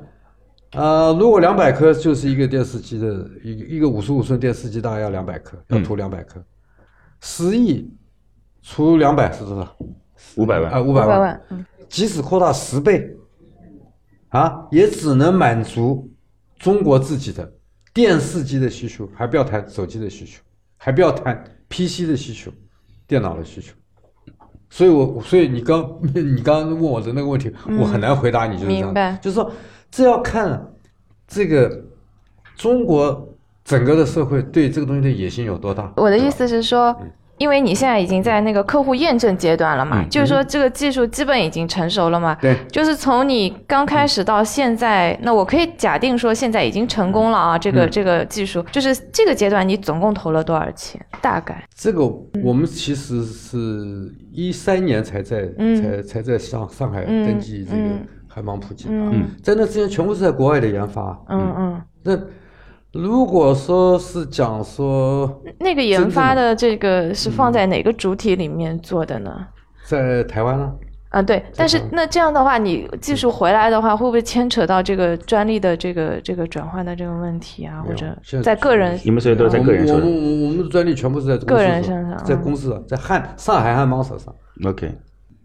Speaker 3: 呃，如果两百颗就是一个电视机的一个一个五十五寸电视机，大概要两百颗，要涂两百颗。十、亿除两百是多少？
Speaker 1: 五百万
Speaker 3: 啊，五
Speaker 4: 五
Speaker 3: 百
Speaker 4: 百
Speaker 3: 万。
Speaker 4: 万嗯
Speaker 3: 即使扩大十倍，啊，也只能满足中国自己的电视机的需求，还不要谈手机的需求，还不要谈 PC 的需求，电脑的需求。所以我，所以你刚 (laughs) 你刚刚问我的那个问题，我很难回答你，就是这样，
Speaker 4: 嗯明白
Speaker 3: 就是说，这要看这个中国整个的社会对这个东西的野心有多大。
Speaker 4: 我的意思是说，因为你现在已经在那个客户验证阶段了嘛，
Speaker 1: 嗯
Speaker 4: 就是说这个技术基本已经成熟了嘛。
Speaker 3: 对
Speaker 4: 就是从你刚开始到现在，那我可以假定说现在已经成功了啊，这个这个技术，就是这个阶段你总共投了多少钱？大概
Speaker 3: 这个我们其实是一三年才在、
Speaker 4: 嗯
Speaker 3: 才才在上上海
Speaker 4: 嗯
Speaker 3: 登记这个
Speaker 4: 嗯
Speaker 3: 海芒普及啊，
Speaker 1: 嗯
Speaker 3: 在那之前全部是在国外的研发。
Speaker 4: 嗯嗯，
Speaker 3: 那如果说是讲说
Speaker 4: 那个研发的这个是放在哪个主体里面做的呢？
Speaker 3: 在台湾呢，
Speaker 4: 啊，对，但是那这样的话，你技术回来的话，会不会牵扯到这个专利的这个这个转换的这个问题啊，
Speaker 3: 没
Speaker 4: 或
Speaker 3: 有
Speaker 4: 者
Speaker 3: 现在
Speaker 4: 在个人
Speaker 1: 你们所以都是在个
Speaker 3: 啊
Speaker 1: 人
Speaker 3: 我
Speaker 1: 手
Speaker 3: 们
Speaker 1: 上。
Speaker 3: 我们我们的专利全部是在公司
Speaker 4: 个人
Speaker 3: 手
Speaker 4: 身上
Speaker 3: 在
Speaker 4: 嗯
Speaker 3: 公司的在汉上海汉邦手上。
Speaker 1: OK，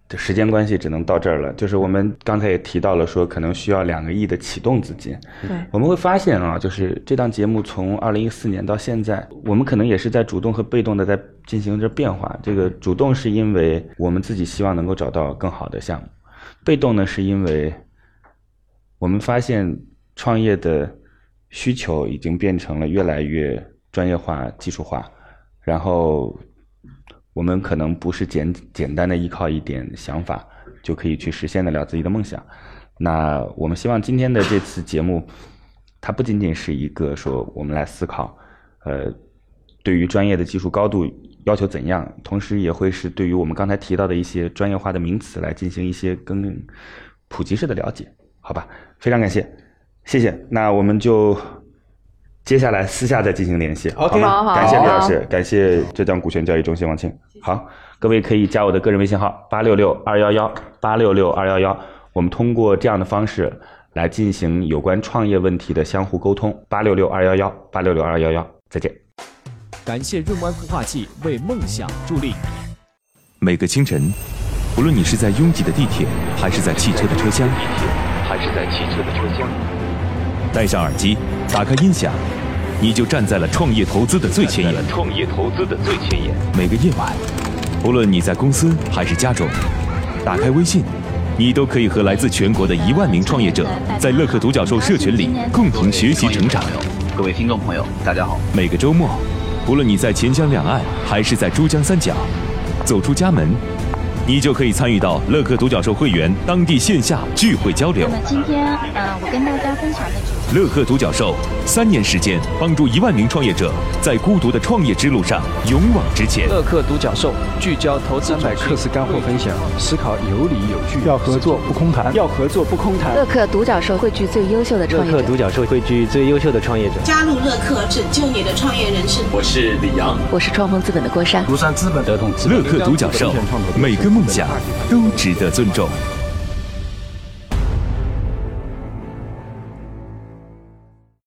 Speaker 1: 这时间关系只能到这儿了。就是我们刚才也提到了，说可能需要两个亿的启动资金。
Speaker 4: 对
Speaker 1: 我们会发现啊，就是这档节目从二零一四年到现在，我们可能也是在主动和被动的在进行着变化。这个主动是因为我们自己希望能够找到更好的项目，被动呢是因为我们发现创业的需求已经变成了越来越专业化、技术化，然后我们可能不是简简单的依靠一点想法就可以去实现得了自己的梦想。那我们希望今天的这次节目，它不仅仅是一个说我们来思考，呃，对于专业的技术高度要求怎样，同时也会是对于我们刚才提到的一些专业化的名词来进行一些更普及式的了解，好吧？非常感谢，谢谢。那我们就接下来私下再进行联系。
Speaker 3: OK
Speaker 1: 吗
Speaker 4: 好好
Speaker 1: 感谢李
Speaker 4: 好
Speaker 1: 老师，感谢浙江股权交易中心王庆。好，各位可以加我的个人微信号八六六二幺幺八六六二幺幺，我们通过这样的方式来进行有关创业问题的相互沟通。八六六二幺幺八六六二幺幺，再见。
Speaker 5: 感谢润湾孵化器为梦想助力。
Speaker 6: 每个清晨，不论你是在拥挤的地铁，还是在汽车的车厢，
Speaker 7: 还是在汽车的车厢。
Speaker 6: 戴上耳机，打开音响，你就站在了创业投资的最前沿。
Speaker 7: 创业投资的最前沿。
Speaker 6: 每个夜晚，不论你在公司还是家中，打开微信，你都可以和来自全国的一万名创业者在乐客独角兽社群里共同学习成长。
Speaker 7: 各位听众朋友，大家好。
Speaker 6: 每个周末，不论你在钱江两岸还是在珠江三角，走出家门，你就可以参与到乐客独角兽会员当地线下聚会交流
Speaker 8: 那。么今天，呃，我跟大家分享的主题
Speaker 6: 乐客独角兽三年时间，帮助一万名创业者在孤独的创业之路上勇往直前。
Speaker 9: 乐课独角兽聚焦投资，三百课时干货分享，思考有理有据，要合作不空谈，要合作不空谈。
Speaker 10: 乐客独角兽汇聚最优秀的创业者，
Speaker 9: 角兽汇聚最优秀的创业者。
Speaker 11: 加入乐客，拯救你的创业人生。
Speaker 7: 我是李阳。
Speaker 10: 我是创丰资本的郭珊。
Speaker 7: 庐山资本德同资
Speaker 6: 乐客独角兽，每个梦想都值得尊重。